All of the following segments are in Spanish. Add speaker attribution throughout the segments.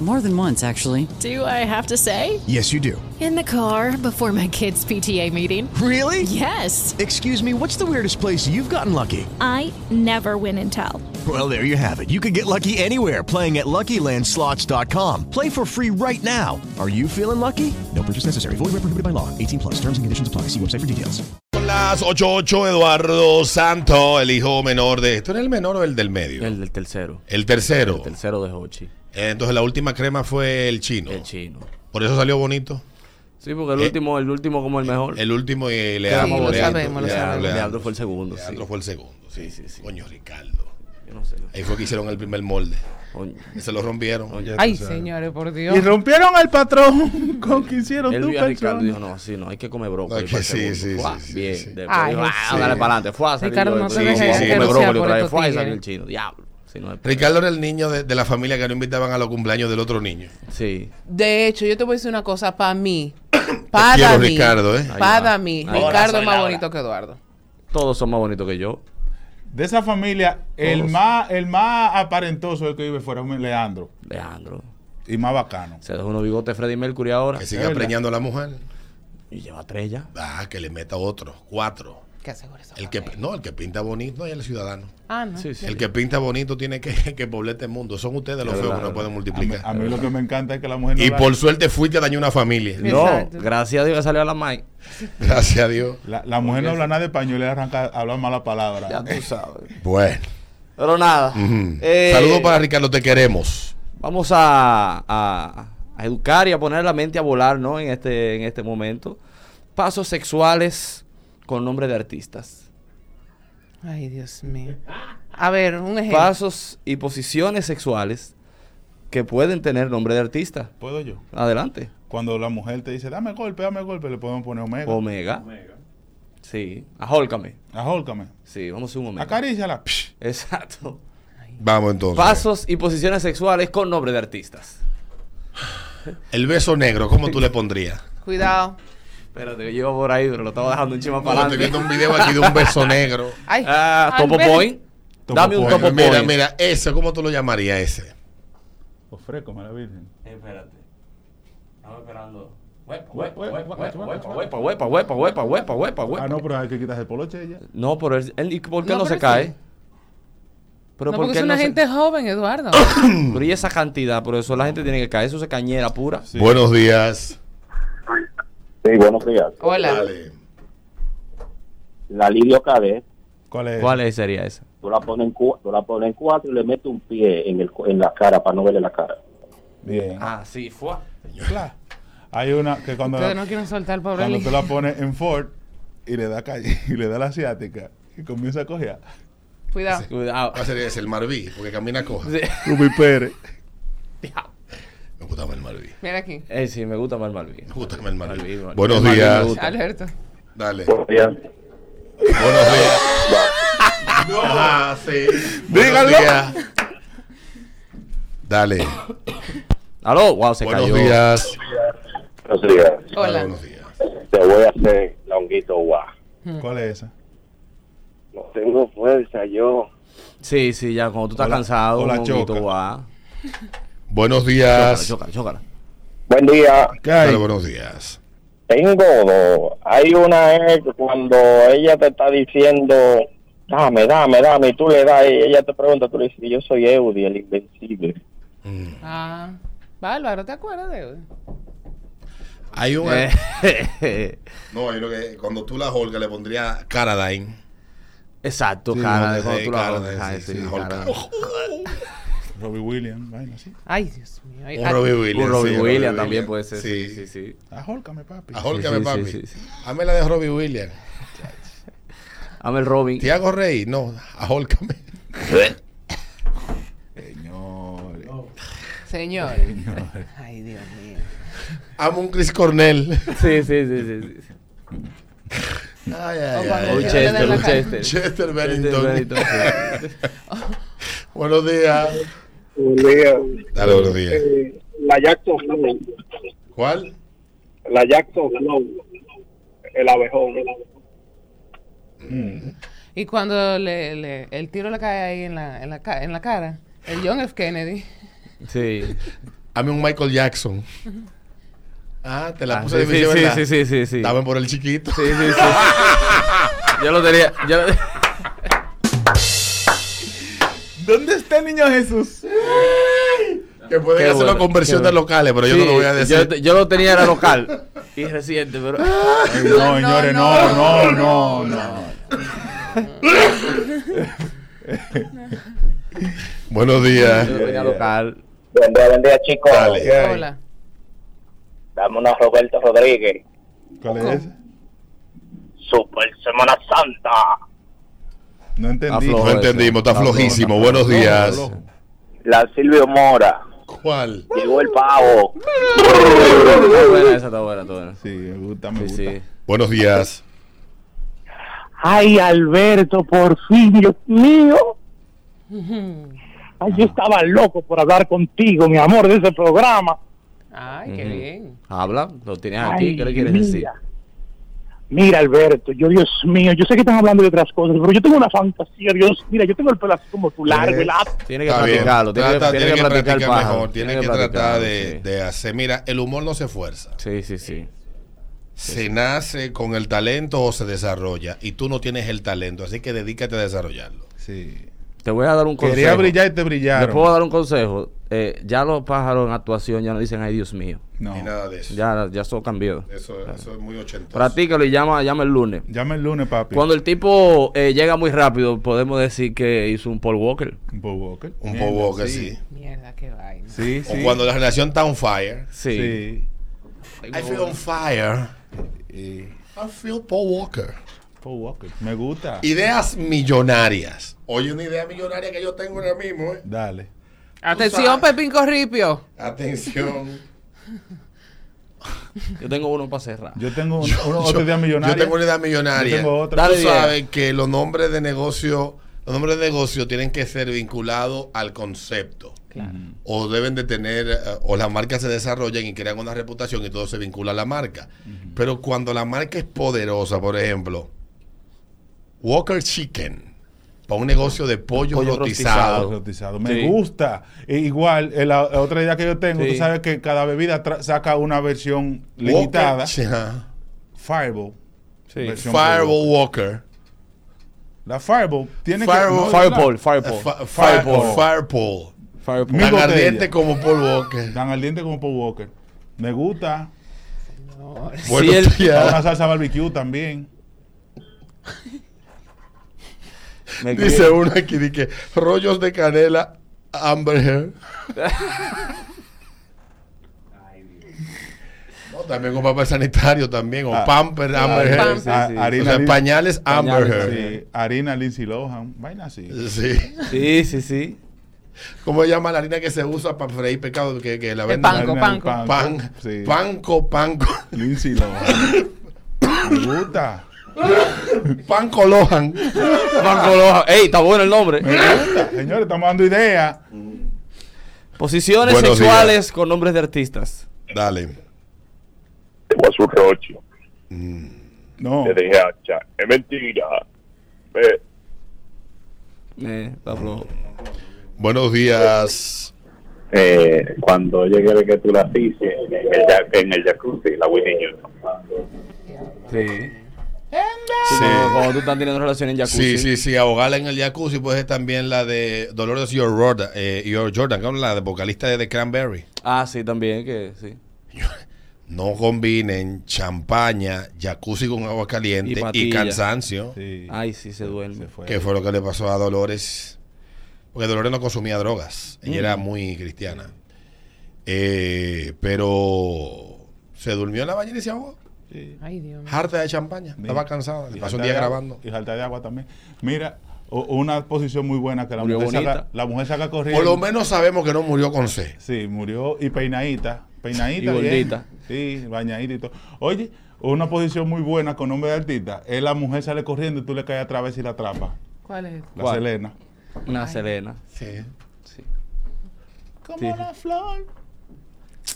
Speaker 1: More than once, actually.
Speaker 2: Do I have to say?
Speaker 3: Yes, you do.
Speaker 4: In the car before my kids' PTA meeting.
Speaker 3: Really?
Speaker 4: Yes.
Speaker 3: Excuse me, what's the weirdest place you've gotten lucky?
Speaker 5: I never win and tell.
Speaker 3: Well, there you have it. You can get lucky anywhere playing at LuckyLandSlots.com. Play for free right now. Are you feeling lucky? No purchase necessary. Void where prohibited by law. 18 plus. Terms and conditions apply. See website for details.
Speaker 6: Las 88 Eduardo Santo, el hijo menor de... ¿Tú eres el menor o el del medio?
Speaker 7: El del tercero.
Speaker 6: El tercero.
Speaker 7: El tercero de Hochi.
Speaker 6: Entonces la última crema fue el chino.
Speaker 7: El chino.
Speaker 6: Por eso salió bonito.
Speaker 7: Sí, porque el
Speaker 6: Oh. Eh,
Speaker 7: último, el último como el mejor.
Speaker 6: El último y le
Speaker 7: Sí, lo
Speaker 6: damos
Speaker 7: sabemos, lo sabemos. Leandro fue el segundo, sí.
Speaker 6: Leandro fue el segundo. Sí,
Speaker 7: Sí, sí, sí.
Speaker 6: Coño, Ricardo.
Speaker 7: Yo no sé.
Speaker 6: Ahí fue que hicieron el primer molde.
Speaker 7: Coño.
Speaker 6: Se lo rompieron.
Speaker 8: Ay, señores, por Dios.
Speaker 9: Y rompieron al patrón con que hicieron
Speaker 7: Él
Speaker 9: tu
Speaker 7: vio a Ricardo y dijo,
Speaker 9: persona.
Speaker 7: no, así no, hay que comer brócoli.
Speaker 6: No, es
Speaker 7: para el
Speaker 6: que sí, sí,
Speaker 7: segundo". Fuá,
Speaker 6: sí, sí,
Speaker 7: Bien.
Speaker 6: sí.
Speaker 7: Después
Speaker 8: Ay,
Speaker 7: dijo, ah,
Speaker 6: sí.
Speaker 7: dale para adelante. Fue,
Speaker 8: Ricardo, no te
Speaker 6: dejes
Speaker 7: come
Speaker 6: acariciar
Speaker 7: brócoli
Speaker 8: por
Speaker 7: otra vez.
Speaker 8: estos
Speaker 7: Fue, y
Speaker 8: tigres.
Speaker 7: salió el chino. Diablo. Si no, después-
Speaker 6: Ricardo era el niño de, de la familia que no invitaban a los cumpleaños del otro niño.
Speaker 7: Sí.
Speaker 8: De hecho, yo te voy a decir una cosa para mí.
Speaker 6: Te
Speaker 8: Para
Speaker 6: quiero,
Speaker 8: mí.
Speaker 6: Ricardo, ¿eh?
Speaker 7: Ahí va.
Speaker 8: Para mí.
Speaker 7: Ahora
Speaker 8: Ricardo
Speaker 7: soy
Speaker 8: es más
Speaker 7: la
Speaker 8: bonito que Eduardo.
Speaker 7: Todos son más bonitos que yo.
Speaker 9: De esa familia, el
Speaker 7: Todos.
Speaker 9: más, el más aparentoso el que vive fuera es Leandro.
Speaker 7: Leandro.
Speaker 9: Y más bacano.
Speaker 7: Se dejó unos bigotes Freddy Mercury ahora.
Speaker 6: Que siga
Speaker 9: verdad.
Speaker 6: preñando a la mujer.
Speaker 7: Y lleva tres ya.
Speaker 6: Ah, que le meta otro. Cuatro.
Speaker 8: ¿Qué asegura eso?
Speaker 6: El que, no, el que pinta bonito es el ciudadano.
Speaker 8: Ah, no.
Speaker 7: Sí, sí.
Speaker 6: El que pinta bonito tiene que, que poblar este mundo. Son ustedes los
Speaker 7: Es
Speaker 6: feos que
Speaker 7: verdad,
Speaker 6: no pueden
Speaker 9: A mí,
Speaker 6: multiplicar.
Speaker 9: a mí lo que me encanta es que la mujer no
Speaker 6: y
Speaker 9: la-
Speaker 6: por suerte fuiste a dañar una familia.
Speaker 7: No,
Speaker 8: Exacto.
Speaker 7: gracias a Dios que salió a la Mike.
Speaker 6: Gracias a Dios.
Speaker 9: La, la mujer no habla nada de español y le arranca a hablar mala palabra.
Speaker 7: Ya tú sabes.
Speaker 6: Bueno.
Speaker 7: Pero nada.
Speaker 6: Ujú.
Speaker 7: eh,
Speaker 6: Saludos para Ricardo, te queremos.
Speaker 7: Vamos a, a- a educar y a poner la mente a volar, ¿no? En este, en este momento. Pasos sexuales con nombre de artistas.
Speaker 8: Ay, Dios mío. A ver, un ejemplo.
Speaker 7: Pasos y posiciones sexuales que pueden tener nombre de artista.
Speaker 9: ¿Puedo yo?
Speaker 7: Adelante.
Speaker 9: Cuando la mujer te dice, dame golpe, dame golpe, le podemos poner omega.
Speaker 7: Omega. Sí. Ajólcame.
Speaker 9: Ajólcame.
Speaker 7: Sí, vamos a hacer un omega.
Speaker 9: Acaríciala. Psh.
Speaker 7: Exacto.
Speaker 6: Vamos entonces.
Speaker 7: Pasos y posiciones sexuales con nombre de artistas.
Speaker 6: El beso negro, ¿cómo tú le pondrías?
Speaker 8: Cuidado.
Speaker 7: Espérate, yo llevo por ahí, pero lo estaba dejando un chima para
Speaker 6: Estoy viendo
Speaker 7: adelante.
Speaker 6: un video aquí de un beso negro.
Speaker 8: Ay,
Speaker 7: Ah,
Speaker 8: ay,
Speaker 7: topo
Speaker 8: ve-
Speaker 7: point.
Speaker 9: Topo
Speaker 7: Dame un
Speaker 9: point.
Speaker 7: topo point.
Speaker 6: Mira, mira, ese, ¿cómo tú lo llamarías ese?
Speaker 9: Ofrécome a la virgen.
Speaker 7: Espérate. Estamos esperando.
Speaker 9: huepa, huepa, huepa, huepa,
Speaker 7: huepa, huepa, huepa, huepa, huepa,
Speaker 9: Ah, no, pero hay que quitarse el poloche ya.
Speaker 7: No, pero él, él- ¿y ¿por qué
Speaker 8: No,
Speaker 7: no, se
Speaker 8: pero
Speaker 7: cae?
Speaker 8: sí.
Speaker 7: Pero
Speaker 8: no,
Speaker 7: ¿por
Speaker 8: porque
Speaker 7: qué
Speaker 8: es una
Speaker 7: no se-
Speaker 8: gente joven, Eduardo.
Speaker 7: Pero y esa cantidad, por eso la gente tiene que caer, eso es cañera pura.
Speaker 6: Buenos días.
Speaker 10: Sí, buenos días.
Speaker 8: Hola.
Speaker 6: Dale.
Speaker 10: La Lidio Cadet,
Speaker 9: ¿Cuál es?
Speaker 7: ¿Cuál es- sería esa?
Speaker 10: tú la pones en, cu- tú la pones en cuatro y le metes un pie en, el, cu- en la cara para no verle la cara.
Speaker 9: Bien.
Speaker 7: Ah, sí, fue.
Speaker 9: Claro. Hay una que cuando,
Speaker 8: Ustedes no quieren soltar al pobre
Speaker 9: cuando
Speaker 8: Lee.
Speaker 9: tú la pones en Ford y le da calle y le da la asiática y comienza a cojear.
Speaker 8: Cuidado.
Speaker 7: Cuidado.
Speaker 6: ¿Cuál sería ese? El Marví, porque camina coja.
Speaker 7: Sí.
Speaker 9: Ruby Pérez.
Speaker 6: Me gustaba el Marví.
Speaker 8: Mira aquí.
Speaker 7: Eh, sí, me gusta más el Malvin.
Speaker 6: Me gustaba el Marví.
Speaker 7: Marví, Marví.
Speaker 6: Buenos
Speaker 7: Marví me
Speaker 6: días.
Speaker 7: gusta.
Speaker 8: Alberto.
Speaker 6: Dale.
Speaker 10: Buenos días.
Speaker 6: Buenos días.
Speaker 10: Ah,
Speaker 6: Ajá, sí. Buenos días. Dale.
Speaker 7: Aló, wow, se
Speaker 6: Buenos
Speaker 7: cayó.
Speaker 6: días.
Speaker 10: Buenos días.
Speaker 6: Dale,
Speaker 8: Hola.
Speaker 6: Buenos días.
Speaker 10: Te voy a hacer la honguito guau.
Speaker 9: ¿Cuál es esa?
Speaker 10: No tengo fuerza yo.
Speaker 7: Sí, sí, ya cuando tú estás
Speaker 9: Hola.
Speaker 7: cansado,
Speaker 9: Hola,
Speaker 7: un poquito,
Speaker 9: choca.
Speaker 7: guau.
Speaker 6: Buenos
Speaker 7: Chócala,
Speaker 6: días.
Speaker 7: chócala, chócala.
Speaker 10: Buen día.
Speaker 9: ¿Qué hay?
Speaker 6: Dale, buenos días.
Speaker 10: Tengo dos. Hay una es cuando ella te está diciendo, dame, dame, dame, y tú le das, y ella te pregunta, tú le dices, yo soy Eudi, el invencible.
Speaker 8: Ah. Bárbaro, ¿te acuerdas de él?
Speaker 6: Hay un.
Speaker 7: Eh,
Speaker 6: No, yo creo que cuando tú la holga le pondría Caradine.
Speaker 7: Exacto,
Speaker 9: Sí,
Speaker 7: cara, de
Speaker 6: sí, eh,
Speaker 7: cuando tú la
Speaker 6: cara,
Speaker 7: rojas,
Speaker 6: sí,
Speaker 7: ay,
Speaker 6: sí,
Speaker 7: sí,
Speaker 6: Hulk.
Speaker 7: cara.
Speaker 9: Robbie Williams, vaina así.
Speaker 8: Ay, Dios mío. Ay,
Speaker 6: Un
Speaker 8: ay,
Speaker 6: Robbie Williams.
Speaker 7: Un Robin
Speaker 6: sí,
Speaker 7: Williams
Speaker 6: Robbie
Speaker 7: también
Speaker 6: Williams.
Speaker 7: puede ser.
Speaker 6: Sí,
Speaker 7: Sí, sí, sí.
Speaker 9: Ajólcame, papi.
Speaker 6: Ajólcame,
Speaker 7: Sí, sí,
Speaker 6: papi.
Speaker 7: sí, sí, sí.
Speaker 6: Hazme la de Robbie Williams.
Speaker 7: I'm el Robin.
Speaker 6: Tiago Rey, no, ahólcame.
Speaker 11: Señor. Ay, Dios mío.
Speaker 6: Amo un Chris Cornell.
Speaker 7: Sí, sí, sí, sí. sí.
Speaker 6: Ay, ay,
Speaker 11: Opa,
Speaker 6: ay.
Speaker 7: Un Chester, un Chester.
Speaker 6: Chester
Speaker 7: Chester Bennington,
Speaker 6: Bennington.
Speaker 7: sí.
Speaker 6: buenos días. Dale, buenos días.
Speaker 8: eh, la Jackson Flow.
Speaker 6: ¿Cuál?
Speaker 8: La Jackson Flow. El abejón.
Speaker 11: Mm. Y cuando le, le- el tiro le cae ahí en la, en la, ca- en la cara, el John F. Kennedy.
Speaker 7: Sí.
Speaker 6: Ame un Michael Jackson. Ah, te la
Speaker 7: Ah,
Speaker 6: puse
Speaker 7: sí,
Speaker 6: difícil,
Speaker 7: sí,
Speaker 6: ¿verdad?
Speaker 7: sí, sí, sí, sí.
Speaker 6: Dame por el chiquito.
Speaker 7: Sí, sí, sí. Yo lo tenía. Yo lo... ¿Dónde está el niño Jesús?
Speaker 6: Que pueden
Speaker 7: Qué
Speaker 6: hacer la
Speaker 7: bueno,
Speaker 6: conversión
Speaker 7: qué bueno.
Speaker 6: de locales, pero yo no lo voy a decir.
Speaker 7: Yo, yo lo tenía, era local. Y reciente, pero.
Speaker 6: Ah.
Speaker 10: No, señores, no, no, no, no.
Speaker 6: Buenos
Speaker 7: Yo
Speaker 6: días.
Speaker 7: lo tenía local.
Speaker 8: Buen día, buen día, chicos.
Speaker 6: Dale.
Speaker 11: Hola.
Speaker 8: Dame una Roberto Rodríguez.
Speaker 10: ¿Cuál es ese?
Speaker 8: Super Semana Santa.
Speaker 10: No entendí.
Speaker 7: Aflojo.
Speaker 6: No entendimos, está
Speaker 7: Está flojo,
Speaker 6: flojísimo.
Speaker 7: está
Speaker 6: Buenos días.
Speaker 8: La Silvio Mora.
Speaker 6: ¿Cuál?
Speaker 8: Llegó el pavo.
Speaker 7: Está buena esa, está buena, está buena.
Speaker 10: Sí, me gusta, me
Speaker 7: Sí,
Speaker 10: gusta.
Speaker 7: sí.
Speaker 6: Buenos días.
Speaker 8: Ay, Alberto, por fin, Dios mío. Ay, yo estaba loco por hablar contigo, mi amor, de ese programa.
Speaker 11: Ay, qué
Speaker 7: Ujú.
Speaker 11: bien.
Speaker 7: Habla, lo tienes
Speaker 8: Ay,
Speaker 7: aquí, ¿qué le quieres
Speaker 8: mira.
Speaker 7: decir?
Speaker 8: Mira, Alberto, yo, Dios mío, yo sé que están hablando de otras cosas, pero yo tengo una fantasía, Dios. Mira, yo tengo el pelo así como tú, largo, el lazo.
Speaker 7: Tiene que
Speaker 6: Está bien.
Speaker 7: practicarlo, tiene,
Speaker 6: Trata-
Speaker 7: que, tiene que practicar el pájaro.
Speaker 6: mejor. Tiene que tratar
Speaker 7: practicarlo,
Speaker 6: de, de hacer. Mira, el humor no se fuerza.
Speaker 7: sí. Sí, sí, sí.
Speaker 6: Se nace con el talento o se desarrolla. Y tú no tienes el talento, así que dedícate a desarrollarlo.
Speaker 10: Sí.
Speaker 7: Te voy a dar un consejo.
Speaker 10: Quería brillar y te
Speaker 7: ¿Le
Speaker 10: brillaron.
Speaker 7: puedo dar un consejo? Eh, ya los pájaros en actuación ya no dicen, ay Dios mío.
Speaker 10: No.
Speaker 6: Ni nada de eso.
Speaker 7: Ya, ya eso cambió.
Speaker 6: Eso, eso es muy ochentoso.
Speaker 7: Practícalo y llama, llama el lunes.
Speaker 10: Llama el lunes, papi.
Speaker 7: Cuando el tipo eh, llega muy rápido, podemos decir que hizo un Paul Walker.
Speaker 10: Un Paul Walker.
Speaker 6: Un
Speaker 10: Mierda,
Speaker 6: poco que sí.
Speaker 11: Mierda, qué vaina.
Speaker 10: Sí, sí.
Speaker 6: O cuando la relación está on fire.
Speaker 7: Sí.
Speaker 10: Sí.
Speaker 6: I feel on fire.
Speaker 10: Eh,
Speaker 6: I feel Paul Walker.
Speaker 10: Paul Walker. Me gusta.
Speaker 6: Ideas millonarias. Oye, una idea millonaria que yo tengo ahora mismo, ¿eh?
Speaker 10: Dale.
Speaker 11: Atención,
Speaker 6: sabes.
Speaker 11: Pepín Corripio.
Speaker 6: Atención.
Speaker 7: Yo tengo uno para cerrar.
Speaker 10: Yo tengo un, uno- otro día millonario.
Speaker 6: Yo tengo una idea millonaria.
Speaker 10: Yo tengo otra.
Speaker 7: Dale,
Speaker 6: Tú
Speaker 7: Diego.
Speaker 6: sabes que los nombres de negocio, los nombres de negocio tienen que ser vinculados al concepto. O deben de tener, eh, o las marcas se desarrollan y crean una reputación y todo se vincula a la marca. Pero cuando la marca es poderosa, por ejemplo, Walker Chicken, para un negocio de pollo,
Speaker 7: Pollo
Speaker 6: rotizado.
Speaker 10: Rotizado. Me
Speaker 7: Sí.
Speaker 10: gusta. E igual, eh, la, la otra idea que yo tengo,
Speaker 7: Sí.
Speaker 10: tú sabes que cada bebida tra- saca una versión
Speaker 6: Walker
Speaker 10: limitada.
Speaker 6: Chi- ajá.
Speaker 10: Fireball.
Speaker 7: Sí.
Speaker 10: Versión
Speaker 6: Fireball Walker.
Speaker 10: La Fireball tiene
Speaker 6: Fireball.
Speaker 10: que.
Speaker 7: Fireball,
Speaker 6: Eh, fi-
Speaker 7: Fireball.
Speaker 6: Fireball.
Speaker 10: Fireball.
Speaker 6: Fireball.
Speaker 7: Fireball.
Speaker 10: Mi
Speaker 6: Tan
Speaker 10: botella.
Speaker 6: ardiente como Paul Walker.
Speaker 10: Tan ardiente como Paul Walker. Me gusta.
Speaker 6: Buenos
Speaker 7: Si él-
Speaker 6: días.
Speaker 10: Una salsa barbecue también.
Speaker 7: Me
Speaker 6: Dice uno aquí, dice, rollos de canela Amber Heard. No, también con papel sanitario también, o
Speaker 10: Ah.
Speaker 6: pamper Amber
Speaker 10: Ah,
Speaker 6: Heard.
Speaker 10: sí, sí.
Speaker 6: O sea,
Speaker 10: Lin-
Speaker 6: pañales Amber Heard.
Speaker 7: Pañales,
Speaker 10: sí, harina Lindsay Lohan. Vaina así.
Speaker 6: Sí.
Speaker 7: Sí, sí, sí.
Speaker 6: ¿Cómo se llama la harina que se usa para freír pecado? Que, que la
Speaker 11: El
Speaker 6: venden.
Speaker 11: panco,
Speaker 10: Harina de
Speaker 11: panco.
Speaker 6: Pan,
Speaker 10: Sí.
Speaker 6: panco, panco.
Speaker 10: Lindsay Lohan. Me gusta.
Speaker 6: Panco Lohan.
Speaker 7: Banco Loja. Ey, está bueno el nombre.
Speaker 10: Me gusta. Señores, estamos dando ideas.
Speaker 7: Posiciones
Speaker 6: Buenos
Speaker 7: sexuales con nombres de artistas.
Speaker 6: Dale.
Speaker 8: Tengo su rocho.
Speaker 10: Mm. No.
Speaker 8: Le dije hacha. Es mentira. Eh,
Speaker 7: Eh, está flojo.
Speaker 6: Buenos días.
Speaker 8: eh, cuando llegue el que tú la dices en el, ya- en el jacuzzi, la Winnie Houston.
Speaker 7: Sí.
Speaker 6: Sí.
Speaker 7: Cuando, cuando tú estás teniendo relaciones en jacuzzi.
Speaker 6: Sí, sí, sí, abogarla en el jacuzzi puede ser también la de Dolores Your, Roda- eh, Your Jordan, ¿cómo la de vocalista de The Cranberry.
Speaker 7: Ah, sí, también, que sí.
Speaker 6: No combinen champaña, jacuzzi con agua
Speaker 7: Y
Speaker 6: caliente y,
Speaker 7: patilla.
Speaker 6: cansancio,
Speaker 10: Sí.
Speaker 7: Ay, sí, se duerme.
Speaker 6: que fue lo que le pasó a Dolores. Porque Dolores no consumía drogas, ella
Speaker 10: Mm.
Speaker 6: era muy cristiana. Eh, pero se durmió en la bañera y se ahogó.
Speaker 11: Ay, Dios mío.
Speaker 6: Harta de champaña. Estaba cansada.
Speaker 10: Y jalta
Speaker 6: Pasó un día
Speaker 10: de agua-
Speaker 6: grabando.
Speaker 10: Y jalta de agua también. Mira, o- una posición muy buena que la
Speaker 6: Murió
Speaker 10: mujer saca,
Speaker 6: bonita.
Speaker 10: la mujer saca corriendo.
Speaker 6: Por lo menos sabemos que no murió con C.
Speaker 10: Sí, murió y peinadita. Peinadita.
Speaker 6: Y
Speaker 10: bien.
Speaker 6: gordita.
Speaker 10: Sí, bañadita y todo. Oye, una posición muy buena con nombre de artista es la mujer sale corriendo y tú le caes a través y la atrapas.
Speaker 11: ¿Cuál es?
Speaker 10: La
Speaker 7: ¿Cuál?
Speaker 10: Selena.
Speaker 7: Una Selena.
Speaker 6: Sí.
Speaker 11: Como
Speaker 6: Sí.
Speaker 11: la flor.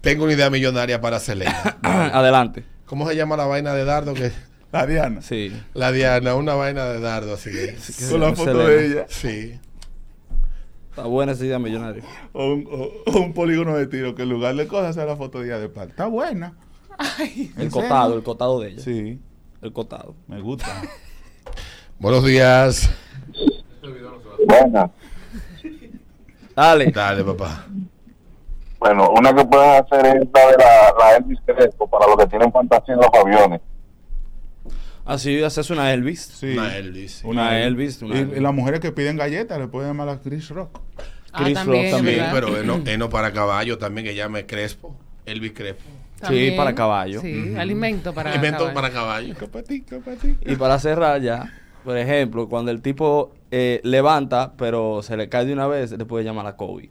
Speaker 6: Tengo una idea millonaria para Selena.
Speaker 7: Adelante.
Speaker 6: ¿Cómo se llama la vaina de dardo? Que...
Speaker 10: La Diana.
Speaker 7: Sí.
Speaker 6: La Diana, una vaina de dardo así.
Speaker 7: que Con la se llama foto de Selena. ella.
Speaker 6: Sí.
Speaker 7: Está buena esa idea millonaria.
Speaker 10: O un, o- o un polígono de tiro que en lugar de cosas sea la foto de ella de par. Está buena.
Speaker 7: El
Speaker 10: ¿En
Speaker 7: cotado,
Speaker 10: serio?
Speaker 7: el cotado de ella.
Speaker 10: Sí.
Speaker 7: El cotado.
Speaker 10: Me gusta.
Speaker 6: Buenos días.
Speaker 8: Buena.
Speaker 7: Dale.
Speaker 6: Dale, papá.
Speaker 8: Bueno, una que pueden hacer es la de la, la Elvis Crespo para los que tienen fantasía en los aviones.
Speaker 7: Así haces una Elvis.
Speaker 10: Sí.
Speaker 6: Una Elvis. sí.
Speaker 7: Una Elvis. Una
Speaker 10: Y, y
Speaker 7: Elvis.
Speaker 10: las mujeres que piden galletas le pueden llamar a Chris Rock.
Speaker 11: Ah, Chris también, Rock
Speaker 6: Sí,
Speaker 11: también. ¿verdad?
Speaker 6: pero eno, eno para caballo también que llame Crespo. Elvis Crespo.
Speaker 11: También.
Speaker 7: para caballo.
Speaker 11: Sí,
Speaker 7: Ujú.
Speaker 11: alimento para
Speaker 6: Invento
Speaker 11: caballo.
Speaker 6: para caballo.
Speaker 10: Copatica, copatica.
Speaker 7: Y para cerrar ya, por ejemplo, cuando el tipo eh, levanta, pero se le cae de una vez, le puede llamar a Kobe.